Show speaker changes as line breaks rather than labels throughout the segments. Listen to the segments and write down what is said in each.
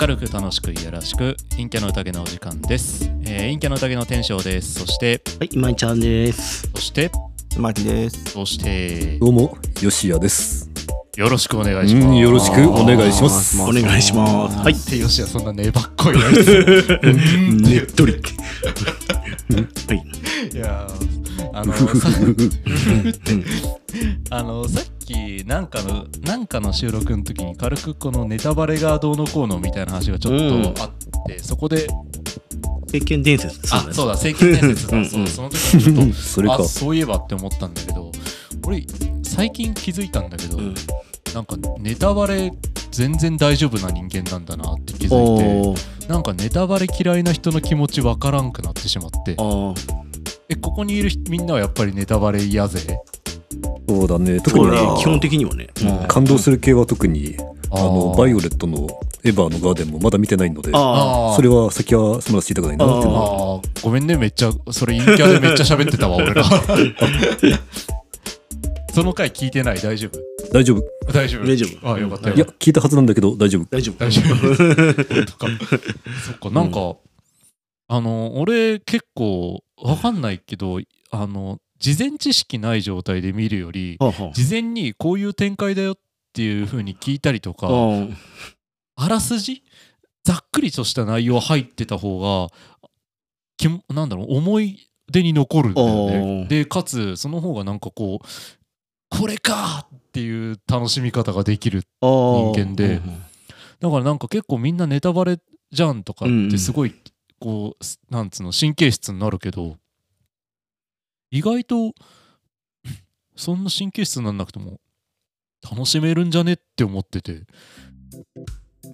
明るく楽しくいやらしく陰キャの宴のお時間です、えー陰キャの宴の天翔ですそして
はい、今井ちゃんです。
そして
マキです。
そして
どうも、よしやです。
よろしくお願いします
うんよろしくお願いします
お願いします。は
はいい。手よしやそんな粘っこいやつ
ねっとり。 はい。
いやーあのさ あのさっきなんかのなんかの収録の時に軽くこのネタバレがどうのこうのみたいな話がちょっとあって、そこで
経験伝説。
あそうだ政権伝説だ
うんうん
そうその時にちょっと
それか
あ。そういえばって思ったんだけど俺最近気づいたんだけど、
うん
なんかネタバレ全然大丈夫な人間なんだなって気づい
おー
てなんかネタバレ嫌いな人の気持ちわからんくなってしまって
あ
えここにいる人みんなはやっぱりネタバレ嫌ぜ
そうだね。特
特
に
にね
ね、
ほら
基本的にはね。うん
感動する系は特に、あの
あ、ー
バイオレットのエヴァーのガーデンもまだ見てないので、
あ
あー
それは先はその話聞いたくないなっていうのは。
あーごめんねめっちゃそれ陰キャでめっちゃ喋ってたわ俺らその回聞いてない大丈夫
大丈夫。
大丈夫
大丈夫
あよかったよ
いや、聞いたはずなんだけど、大丈夫。
大丈夫。
大丈夫とか そっかなんか、あの俺結構わかんないけどあの事前知識ない状態で見るより
はあは
事前にこういう展開だよっていう風に聞いたりと
あ
かあらすじざっくりとした内容入ってた方がきもなんだろう思い出に残るんだよ
お
ね
ー
でかつその方がなんかこうこれかっていう楽しみ方ができる
あー
人間でだからなんか結構みんなネタバレじゃんとか
うん
っ
う
て
ん
すごいこうすなんつうの神経質になるけど意外とそんな神経質にならなくても楽しめるんじゃねって思ってて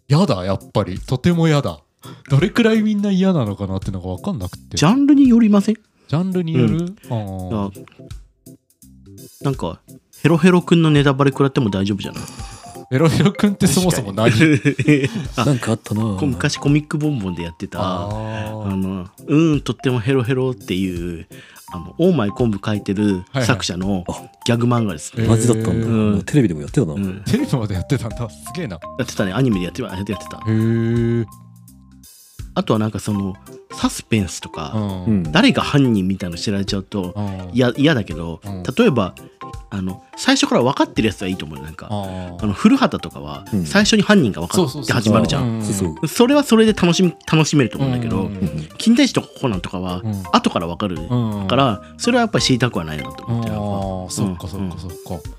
やだやっぱりとてもやだどれくらいみんな嫌なのかなってのが分かんなくて
ジャンルによりません
ジャンルによる、あー
あなんか、ヘロヘロ君のネタバレ食らっても大丈夫じゃない
ヘロヘロ君ってそもそも何
あ
なんかあったな
こ昔コミックボンボンでやってた。
あ
あ
ー
の「うーんとってもヘロヘロ」っていうあのオーマイ昆布書いてる
はいはい
作者の
あ
ギャグ漫画ですね、
え
マジだったんだ。
えー
もうテレビでもやってたな。
うん、
テレビまでやってたんだすげえな
やってたねアニメでやってやってた
へえうん
あとはなんかそのサスペンスとか、
うん。
誰が犯人みたいなの知られちゃうと
あー
いや嫌だけど、
うん
例えばあの最初から分かってるやつはいいと思うよなんか
あー
あの古畑とかは
うん
最初に犯人が分かって始まるじゃん、
う
そ
ん
そうそう。
れはそれで楽しみ楽しめると思うんだけ
う
ど、
ん
うん
近代史とかコナンとかは
うん
後から分かる、
うん
か、らそれはやっぱり知りたくはないなと
あ
思ってなんか
あ、そっかそっかそっか。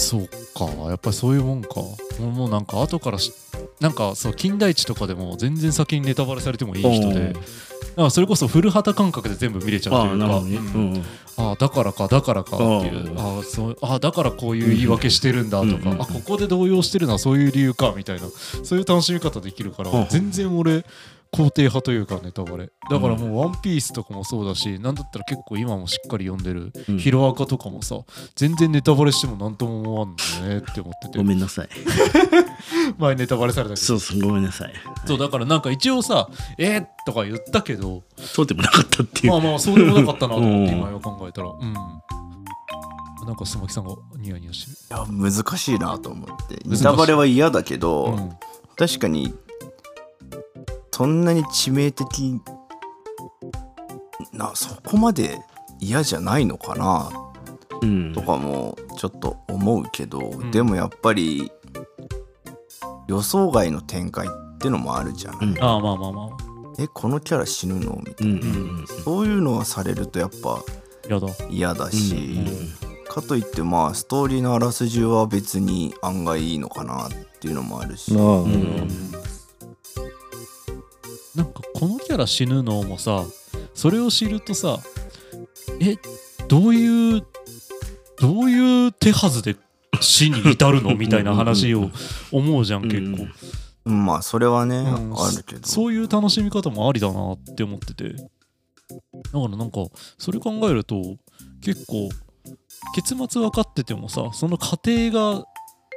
そっか、やっぱりそういうもんか。俺もうなんか後からし、なんかそう、金田一とかでも全然先にネタバレされてもいい人で、なんかそれこそ古畑感覚で全部見れちゃう
あ
と
あ
いう
なる
か、
ほどね、う
うん
ん、
ああ、だからか、だからかっていう、
あ
ああそうああ、だからこういう言い訳してるんだとか、
うんうん
あここで動揺してるのはそういう理由かみたいな、そういう楽しみ方できるから
うん、
全然俺、肯定派というかネタバレだからもう「ワンピースとかもそうだし、なんだったら結構今もしっかり読んでる
うん
ヒロアカとかもさ、全然ネタバレしても何とも思わんのねって思って
ご
て、
めんなさい
前ネタバレされたけど。
そうそうごめんなさい
そうだからなんか一応さ「えー、とか言ったけど
そうでもなかったっていう、
まあまあそうでもなかったなと思って
うん
今よ考えたらうんなんか須磨木さんがニヤニヤしてる
いや難しいなと思って。
難
ネ
しい
タバレは嫌だけど、
うん
確かにそんなに致命的なそこまで嫌じゃないのかな
うん
とかもちょっと思うけど、
ん
でもやっぱり予想外の展開ってのもあるじゃない。
うん
ああまあまあまあ
えこのキャラ死ぬのみた
う
い
ん
な、
うん
そういうのはされるとやっぱ
やだ
嫌だし。
うん
かといってまあストーリーのあらすじは別に案外いいのかなっていうのもあるし、
なあ、うん
なんかこのキャラ死ぬのもさそれを知るとさえどういうどういう手はずで死に至 るのみたいな話を思うじゃん
うん
結
うん
構、
まあそれはね、
うん
あるけど
そういう楽しみ方もありだなって思っててだからなんかそれ考えると結構結末分かっててもさその過程が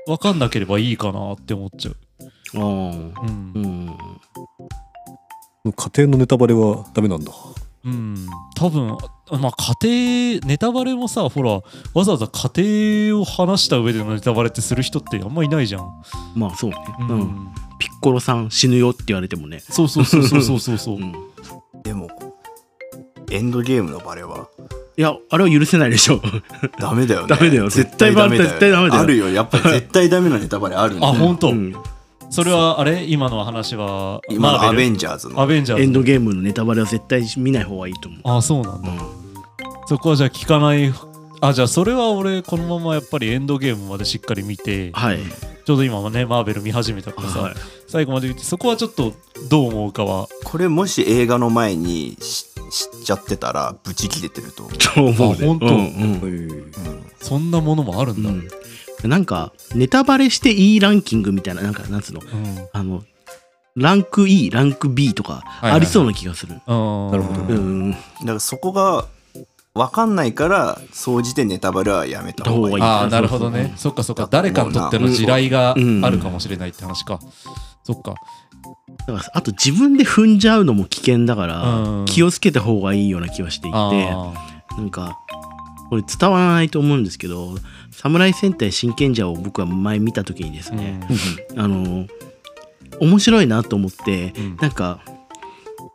分かんなければいいかなって思っちゃう、
あ
うん
あうん
家庭のネタバレはダメなんだ。
うん、多分あまあ家庭ネタバレもさほらわざわざ家庭を話した上でのネタバレってする人ってあんまいないじゃん、
まあそうね、うん
うん
ピッコロさん死ぬよって言われてもね。、
そうそうそうそうそうそうそううん
でもエンドゲームのバレはい
や、あれは許せないでしょ。
ダメだよね
ダメだよ
絶対ダメだよ
絶対ダメだよ
あるよやっぱり絶対ダメなネタバレあるん だ
あ
よ
本当、
うん
それはあれ今の話は
今の
マ
ア
ーベ
ベ
ル
ンジャーズの
アベンジャーズ
エンドゲームのネタバレは絶対見ない方がいいと思う。
あそうなんだ、
うん
そこはじゃあ聞かないあじゃあそれは俺このままやっぱりエンドゲームまでしっかり見て
はい。
ちょうど今もねマーベル見始めたからさ、
はい
最後まで見てそこはちょっとどう思うかは
これもし映画の前にし知っちゃってたらブチ切れてると思う
と思うね。
あ本当
うん
そんなものもあるん
う
だ、
んうんなんか、ネタバレしていいランキングみたいな、なんか、なんつうの、
うん
あの、ランク E、ランク B とか、
いはい
ありそうな気がする。
あー
なるほど
う
うん。
だからそこが分かんないから総じてネタバレはやめた方がいい
どう
ああなるほどねそっかそっか誰かにとっての地雷があるかもしれないって話か、そっか
だからあと自分で踏んじゃうのも危険だから、
うん
気をつけた方がいいような気はしていて
あ
なんかこれ伝わらないと思うんですけど「侍戦隊真剣者」を僕は前見た時にです
あ、うん
ね、あの面白いなと思って、
うん
なんか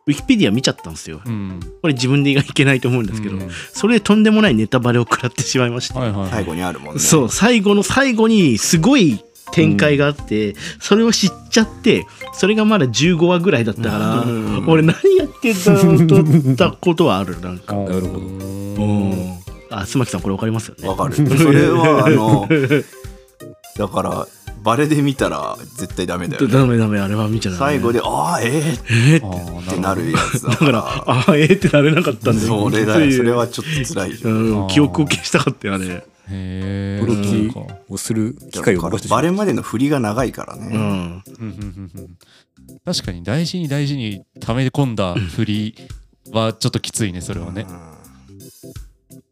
ウィキペディア見ちゃったんですよ
うん、
これ自分でいけないと思うんですけど、
うん
それでとんでもないネタバレを食らってしまいまして、
はいはい、
最後にあるもんね
そう最後の最後にすごい展開があって、それを知っちゃってそれがまだ15話ぐらいだったから、
うん
俺何やってんだろうと思ったことはあるな んか、
な
るほど
うん、あ須巻さんこれ分かりますよね
わかるそれはあのだからバレで見たら絶対ダメだよね
ダメダメあれは見ちゃダメ
最後で「ああええ
えー
ってなるやつだ
だ
か
から
ら
あーえーってなれなかったんで
それだよそれは
き
ちょっと辛い
つい
よ
うん、記憶を消したかったよね、
へえ
驚きをする機会を
だか
逃
ら
してしま
バ
う
レまでの振りが長いからね、
うん、
確かに大事に大事に溜め込んだ振りはちょっときついねそれはね
う、ん
で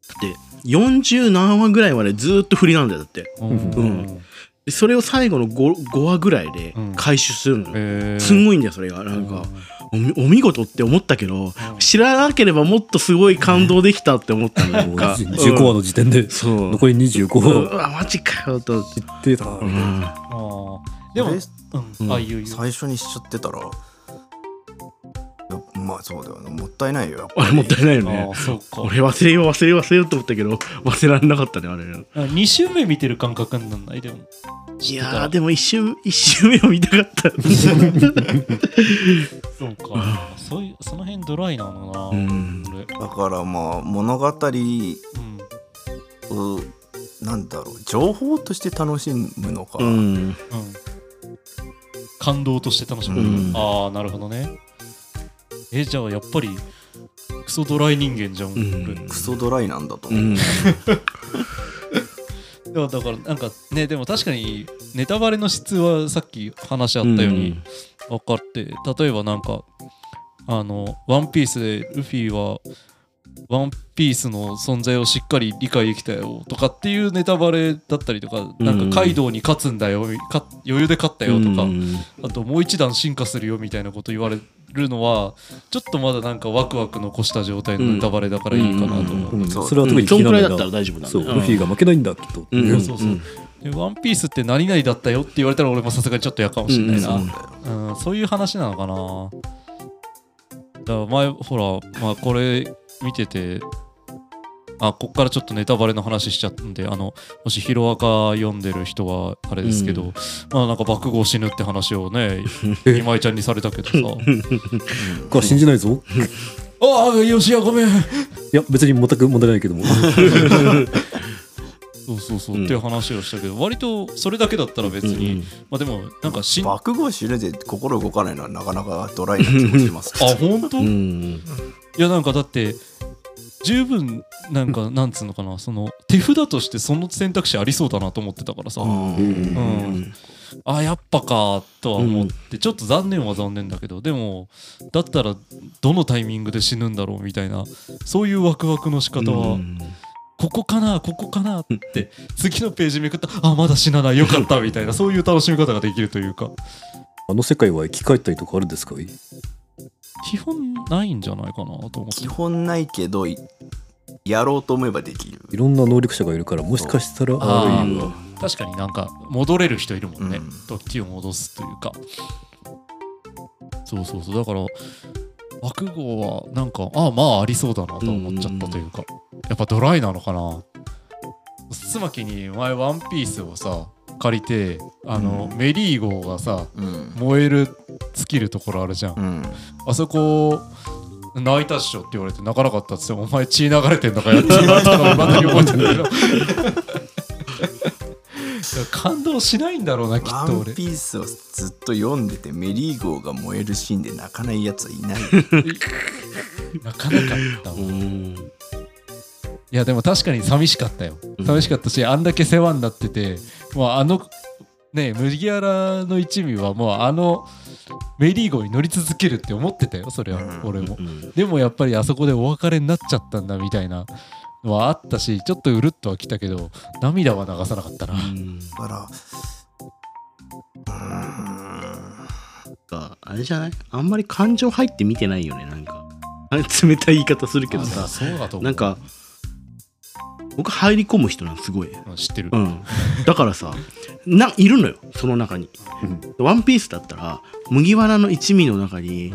40何話ぐらいまでずーっと振りなんだよだって
うん
う
う
ん
んでそれを最後の 5, 5話ぐらいで回収するのよ、
へえ
すんごいんだよそれがなんか、おみお見事って思ったけど知らなければもっとすごい感動できたって思ったのなんか
15話の時点で
そう
残り25
う
話
わマジかよと、
知ってた
うん、
あーでも
俺
うんあいいよいいよ
最初にしちゃってたらいやまあそうだよねもったいないよやっぱ
あれもったいないよ
あ
ね
ーそうか
俺忘れよう忘れよう忘れようと思ったけど忘れられなかったねあれ
2周目見てる感覚になんないでも
い
知ってたら
やーでも一周一周目を見たかった
そうかそういうその辺ドライなのかな、
うん
俺
だからまあ物語
うん
をなんだろう情報として楽しむのか、
うん
うん、感動として楽しむ、
うん
ああなるほどねえじゃあやっぱりクソドライ人間じゃん、
う
俺
ん
クソドライなんだと
う
思う、
ん
いやだからなんかねでも確かにネタバレの質はさっき話あったように分かって、例えばなんかあの「ワンピースでルフィは「ワンピースの存在をしっかり理解できたよとかっていうネタバレだったりとか、なんかカイドウに勝つんだよか余裕で勝ったよとか、
うん
あともう一段進化するよみたいなこと言われるのはちょっとまだなんかワクワク残した状態のネタバレだからいいかなと思う。
うん
そう
それは特に
そ
気
ん
に
くら
な
いだ
るの
った
が
ら大丈夫だ
そう
うん
ルフィが負けないんだきっと
うん
そうそうそうでワンピースって何々だったよって言われたら俺もさすがにちょっと嫌かもしれないな、
う
うんんそういう話なのかなだから前ほら、まあ、これ見ててあこっからちょっとネタバレの話しちゃったんであのもしヒロアカ読んでる人はあれですけど、
う
まあなんか爆豪死ぬって話を ね今井ちゃんにされたけどさ
僕は信じないぞ
ああよしやごめん
いや別に全く問題ないけども
そうそうそう、
うん
っていう話をしたけど割とそれだけだったら別に、
うんうん
まあでもなんか死んあ
爆豪知るで心動かないのはなかなかドライな気もし ますけど
本当、
う
い
ん
やなんかだって十分なんかなんつうのかなその手札としてその選択肢ありそうだなと思ってたからさ、
うん
うん
うんあやっぱかとは思って、ちょっと残念は残念だけどでもだったらどのタイミングで死ぬんだろうみたいなそういうワクワクの仕方は、
うん
ここかなここかなって次のページめくったあまだ死なないよかったみたいなそういう楽しみ方ができるというか
あの世界は生き返ったりとかあるんですかい
基本ないんじゃないかなと思って
基本ないけどいやろうと思えばできる、
ろんな能力者がいるからもしかしたら
あ
あ
ー
あいう
確かになんか戻れる人いるもんね、
うん
時を戻すというかそうそうそうだから爆豪はなんかああまあありそうだなと思っちゃったというかやっぱドライなのかな椿に前ワンピースをさ借りてあの、
うん
メリー号がさ
うん
燃える尽きるところあるじゃん、
うん
あそこ泣いたっしょって言われて泣かなかったっつってお前血流れてんだからやってみろとかまだに覚えてんだけど感動しないんだろうなきっ
ワ
と
ン
俺
ピースをずっと読んでてメリー号が燃えるシーンで泣かないやつはいない
泣かなかったわ
う
い
ん
やでも確かに寂しかったよ寂しかったしあんだけ世話になっててもうあのね麦わらの一味はもうあのメリーゴーに乗り続けるって思ってたよそれは
うん
俺も
うん
でもやっぱりあそこでお別れになっちゃったんだみたいなのはあったしちょっとうるっとはきたけど涙は流さなかったな
うん
だ から
かあれじゃないあんまり感情入って見てないよねなんか あれ冷たい言い方するけど
あ
さ
そうだと思う
なんか僕入り込む人なんすごい
うん知ってる、
うんだからさ ないるのよその中に「ワンピースだったら麦わらの一味の中に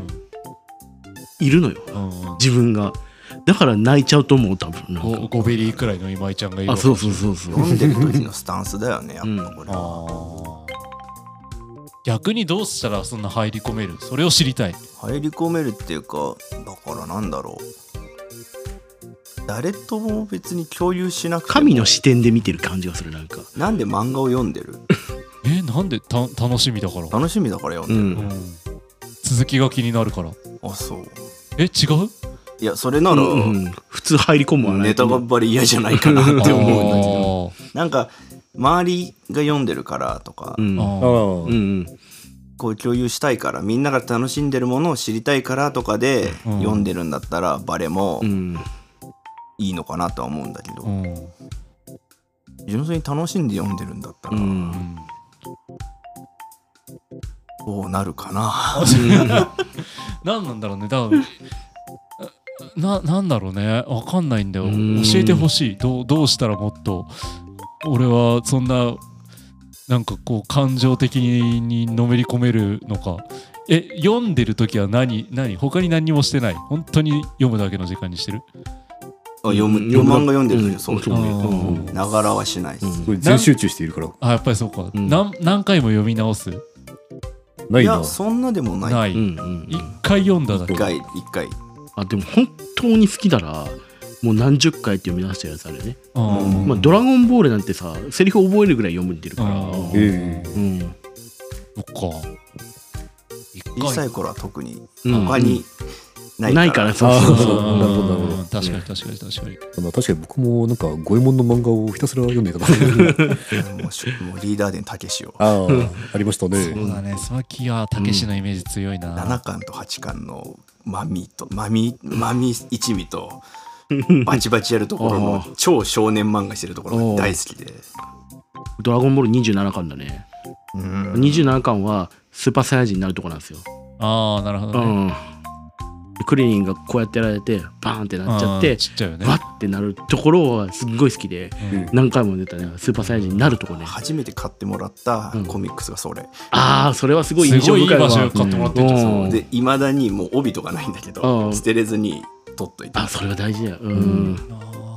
いるのよ
うんうん
自分がだから泣いちゃうと思う多分なん
ご
か
ゴベリーくらいの今井ちゃんがいる
あそうそうそうそう
読んでる時のスタンスだよねやっぱこれは、
あー逆にどうしたらそんな入り込めるそれを知りたい
入り込めるっていうかだからなんだろう誰とも別に共有しなくても
神の視点で見てる感じがするなんか
なんで漫画を読んでる
えなんでた楽しみだから、
楽しみだから読
うん
でる、
うん
ん
続きが気になるから
あそう
え違う
いやそれなら、
うん普通入り込むわ
ネタばっ
う
ばり嫌じゃない かなって思うんだけど
思
なんか周りが読んでるからとか、
ん
あ
あ
ーあ
ー
うんうん
こう共有したいからみんなが楽しんでるものを知りたいからとかで
うん
読んでるんだったらバレも
うん
いいのかなとは思うんだけど、
ーうん、うん
純粋に楽しんで読んでるんだった
う
ら
ん
どうなるかな、
何なんだろうねだから ななんだろうねわかんないんだよ
うん
教えてほしいどうどうしたらもっと俺はそんななんかこう感情的にのめり込めるのかえ読んでる時は何何他に何にもしてない本当に読むだけの時間にしてる
あ読む
うん
読む漫画読んでる時は
ん
そう
そうねうん
ながらはしないです、
うん
これ全集中しているから
あやっぱりそうか、
うん
なん何回も読み直す
ない
い
な
やそんなでもない
な
う
い
んうんう
一、
ん
回読んだだけ
一回一回
あでも本当に好きならもう何十回って読み出したやつあるよね、
うん
まあ、ドラゴンボールなんてさセリフ覚えるぐらい読んでるから
うん
ええ
うん
そっか一回
小さい頃は特に
うん
他にないから,、
ないから
あ
さ
ー
そう
そ
そうう
なるほどなるほど
うん確かに確かに確かに
あの確かに僕もなんか五右衛門の漫画をひたすら読んでたな
もうしもうリーダー伝たけしを
ああありました
そう
ね
だね、その木はたけしのイメージ強いな。
7巻と8巻のマミとマミマミ一味とバチバチやるとこ ろ
あ
の超少年漫画してるところが大好きで、
ドラゴンボール27巻だね、
うん
27巻はスーパーサイヤ人になるとこなんですよ、
ああ、なるほ
う
どね。
んでクリリンがこうやってやられてバーンってなっちゃっ
う
て
んちっちゃいよね
わ。ってなるところはすっごい好きで
うん
何回も出たねスーパーサイヤ人になるとこね
初めて買ってもらったコミックスがそれ、
ああそれはすごい印象深いわ
すごいいい場所買ってもらってんじゃん
うん
でいまだにもう帯とかないんだけ
う
ど
ん
捨てれずに取っといて
あそれは大事だようん、
あ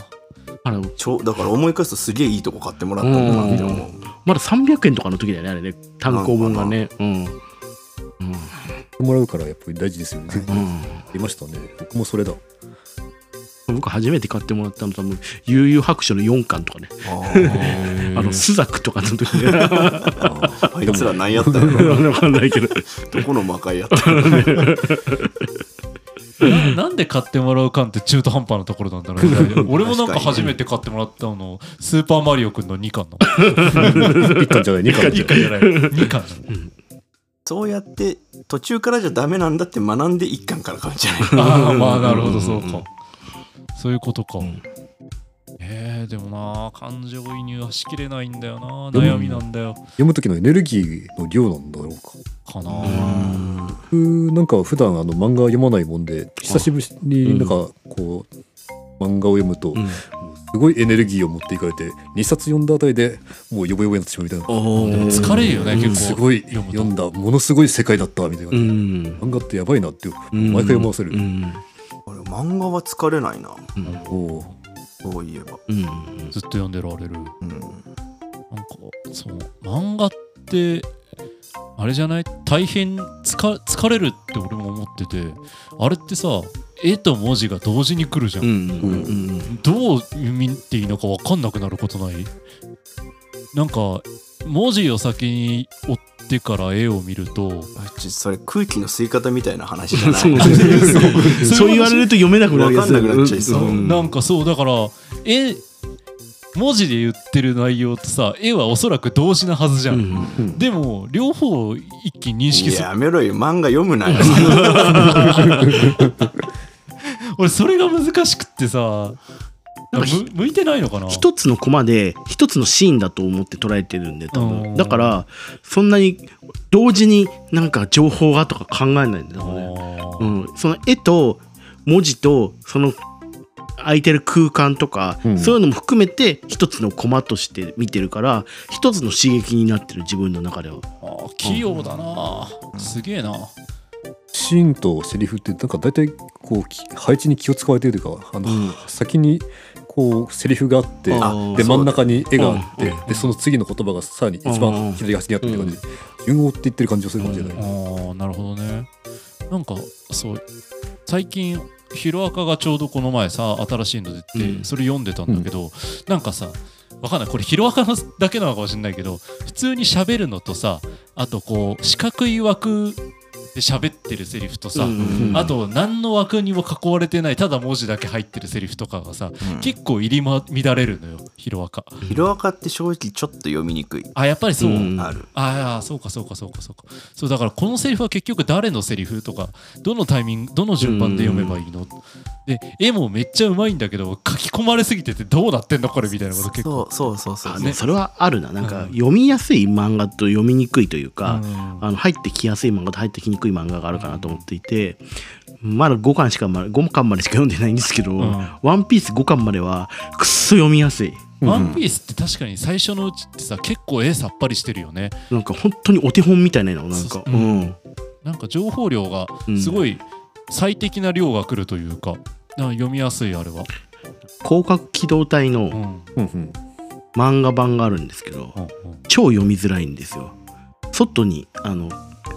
あら
超だから思い返すとすげえいいとこ買ってもらったんだなって思う
まだ300円とかの時だよねあれね単行本がねうんうん
もらうからやっぱり大事ですよねありましたね僕もそれだ
うん僕初めて買ってもらったの多分「悠々白書」の4巻とかね
あー
ー
あのスザクとかの時ね
あ
あいつら何やったんやろ
わかんないけど
どこの魔界やったんやろ
な なんで買ってもらう感って中途半端なところなんだろ うね。俺もなんか初めて買ってもらったの、スーパーマリオくんの2巻の。
一巻じゃない二巻じゃ
2
ない
巻じゃない。2巻 じゃない。
そうやって途中からじゃダメなんだって学んで一巻から買うん じゃない
ああ、まあなるほど、そう
うんうんう
か
ん。
そういうことか
ん。
えー、でもな感情移入はしきれないんだよな悩みなんだよ
読む時のエネルギーの量なんだろうか
かな
僕なんかは普段あの漫画は読まないもんで久しぶりになんかこう漫画を読むと
うん
もうすごいエネルギーを持っていかれて2冊読んだあたりでもうよぼよぼになってしまうみたいな
お
でも疲れるよね結構
すごい
読むと
読んだものすごい世界だったみたいな、
うん
漫画ってやばいなって
うん
毎回思わせる、
うん
俺漫画は疲れないな
うん
おー
そういえば
うん
ずっと読んでられるなんか
うん
そう漫画ってあれじゃない大変つか疲れるって俺も思っててあれってさ絵と文字が同時に来るじゃん、
うんうん
どう見ていいのか分かんなくなることないなんか文字を先に追ってから絵を見ると
あちそれ空気の吸い方みたいな話じゃない
そう
う
そう言われると読めなくなるやつ
わかんなくなっちゃいそうん
なんかそうだから絵文字で言ってる内容とさ絵はおそらく動詞なはずじゃ、
うんん
でも両方一気に認識する
やめろよ漫画読むなよ
俺それが難しくってさ
なんかひ
む向いてないのかな
一つのコマで一つのシーンだと思って捉えてるんで多
うん
分だからそんなに同時になんか情報がとか考えないんだ
あ
よね、
ー
うん、その絵と文字とその空いてる空間とか、
うん
そういうのも含めて一つのコマとして見てるから一つの刺激になってる自分の中では
あー器用だなすげえな
シーンとセリフってなんか大体こうき配置に気を使われてるというかあの、
うん
先にこうセリフがあって
あ
で
そう
真ん中に絵があって、
う
でその次の言葉がさらに一
うんうん
番左端にあってって感じで、順を追っていってる感じがするかもしれない、
あーなるほどねなんかそう最近ヒロアカがちょうどこの前さ新しいの出て、
うん
それ読んでたんだけど、なんかさわかんないこれヒロアカのだけなのかもしれないけど普通に喋るのとさあとこう四角い枠で喋ってるセリフとさ、
うん
あと何の枠にも囲われてないただ文字だけ入ってるセリフとかがさ結構入り、ま、乱れるのよヒロアカ
ヒロアカって正直ちょっと読みにくい
あやっぱりそう、
うん
ある
ああそうかそうかそうかそうかそうだからこのセリフは結局誰のセリフとかどのタイミングどの順番で読めばいいので絵もめっちゃうまいんだけど書き込まれすぎててどうなってんのこれみたいなこと結構
そうそうそうそ
あ
う
でもそれはあるななんか
うん
読みやすい漫画と読みにくいというか、
うん
あの入ってきやすい漫画と入ってきにくい漫画があるかなと思っていてまだ5巻しかま5巻までしか読んでないんですけど「
ん
ワンピース5巻まではくっそ読みやすい
ワンピースって確かに最初のうちってさ結構絵さっぱりしてるよね
なんか本当にお手本みたいなのなん
そう
か
そう
うん
なんか情報量がすごい最適な量が来るというかなんか読みやすいあれは、
広角機動隊
う
の
ん
うんうん
漫画版があるんですけど
うん
超読みづらいんですよ外にあの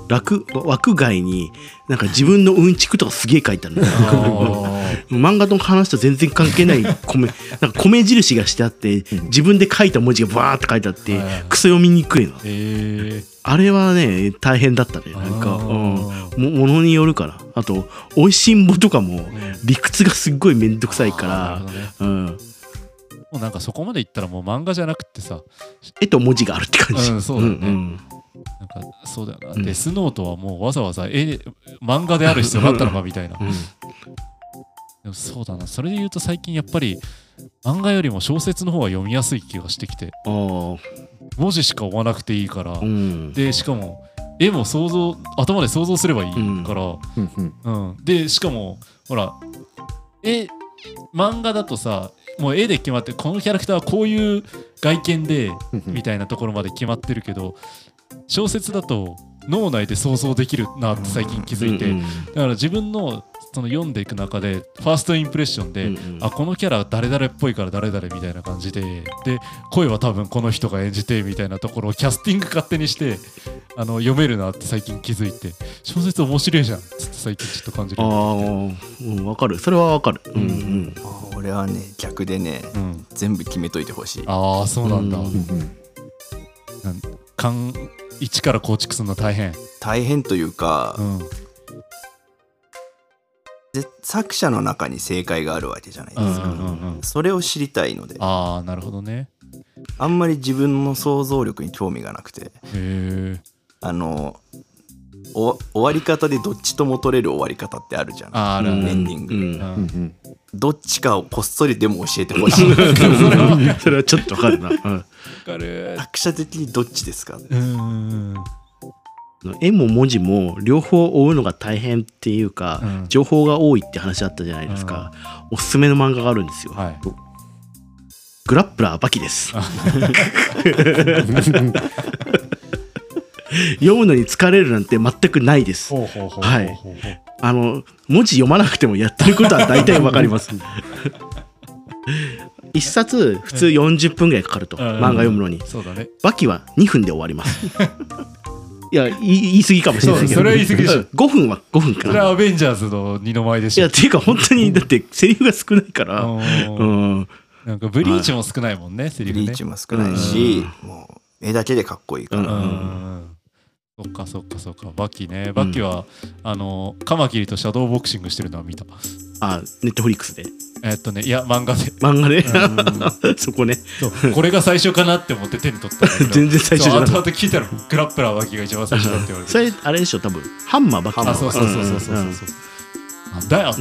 枠枠外になんか自分のうんちくとかすげえ書いてある んですよ
あー
漫画の話と全然関係ない 米なんか米印がしてあって自分で書いた文字がバーって書いてあって
はい
クソ読みにくいの
えー、
あれはね大変だったねなんか
あ
うん
ー
もものによるからあと「おいしんぼ」とかも
ん
理屈がすっごい面倒くさい
あーなる
か
ほどね
ら、うん、
もうなんかそこまでいったらもう漫画じゃなくってさ、
絵と文字があるって感じ、
うんそうだよねな
ん
んかそうだよな、
うん
デスノートはもうわざわざ絵漫画である必要があったのかみたいな。
うんうん
でもそうだな、それで言うと最近やっぱり漫画よりも小説の方が読みやすい気がしてきて、
あ
文字しか追わなくていいから、
あうん
で、しかも絵も想像、頭で想像すればいいから、
うんうん
うん、でしかもほら絵漫画だとさもう絵で決まってこのキャラクターはこういう外見で
うんうん
みたいなところまで決まってるけど小説だと脳内で想像できるなって最近気づいて
うん
だから自分のその読んでいく中でファーストインプレッションで、
うんうん
あこのキャラ誰々っぽいから誰々みたいな感じでで声は多分この人が演じてみたいなところをキャスティング勝手にしてあの読めるなって最近気づいて小説面白いじゃんっつって最近ちょっと感じる
ああうんわかるそれはわかるうんうん
あ俺はね逆でね
うん、
全部決めといてほしい
ああそうなんだ、
うん
うんうん
勘一から構築するの大変、
大変というか、
うん
ぜ作者の中に正解があるわけじゃないで
うんうん
すか、
うんうん
それを知りたいのであ
ああなるほどね
んまり自分の想像力に興味がなくて
へえ
あのお終わり方でどっちとも取れる終わり方ってあるじゃん
あーあるある
エンディング
う
うんん
うんうん
どっちかをこっそりでも教えてほし い
それはわ
それはちょっとわかるな、うん
かる
作者的にどっちですか
うんうんうん
絵も文字も両方追うのが大変っていうか、
うん
情報が多いって話あったじゃないですか、おすすめの漫画があるんですよ、
はい
グラップラーバキです。 読むのに疲れるなんて全くないです。
ほうほうほうほう
はいあの文字読まなくてもやってることは大体わかります。 一冊普通40分ぐらいかかると、
うん
漫画読むのに。
そうだね
バキは2分で終わり ます。いや、い言い過ぎかもしれないけ
そ
ど。
うそれは言い過ぎでしょ
5分は5分か
それは
な。
アベンジャーズの二の舞で
い
し
や、
ょ
っていうか本当に、だってセリフが少ないから。
うん
うん。
なんかブリーチも少ないもんねセリフ
リ
ね
ーチも少ないし、もう絵だけでかっこいいから、
う
うん
ん
そっかそっかそっかバキねバキは、あのカマキリとシャドーボクシングしてるのは見た
あ、ネットフリックスで。
えっとねいや漫画で
漫画で、 そこね。
そうこれが最初かなって思って手に取ったんだけど
全然最初じゃなかった
そう後々聞いたらグラップラーバキが一番最初だって言われて
それ、あれでしょ、多分ハンマーバキ
あそうそうそうそうそうそう、
んん
なんだよ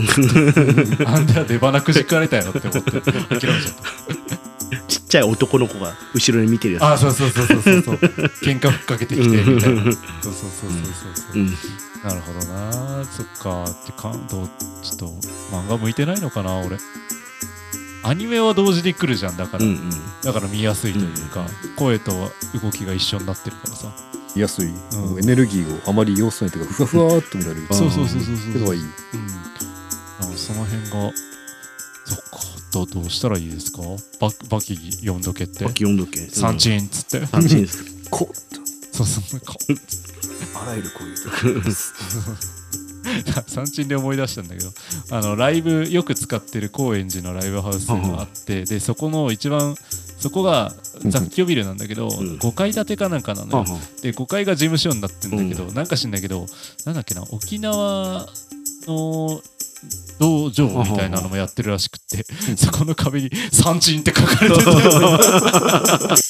あんたは出花くじかれたよって思って諦めちゃっ
ちっちゃい男の子が後ろに見てるやつ
た。あそうそうそうそうそうそう喧嘩ふっかけてきてみたいなそうそうそうそうそう、
うん
なるほどなそっかって感動ちょっと漫画向いてないのかな俺アニメは同時に来るじゃんだか
う
ら、
んうん。
だから見やすいというか、声と動きが一緒になってるからさ、
見やすい、エネルギーをあまり要素ないというかふわふわーっと見られる
そうそうそうそうそう
けどはいい
うん、なんかその辺がそっかどどうしたらいいですかババキ読んどけって
バキ読んどけ。
サンチ
ン。
ーンっつって
サンチンです。
こ
そうそうこ
あらゆるこういうとです
三鎮で思い出したんだけどあのライブよく使ってる高円寺のライブハウスがあって、でそこの一番そこが雑居ビルなんだけど、
ん
5階建てかなんかなのよ、
はあは
で5階が事務所になってんだけど、なんか知んないけどなんだっけな沖縄の道場みたいなのもやってるらしくって、そこの壁に「三鎮」って書かれてる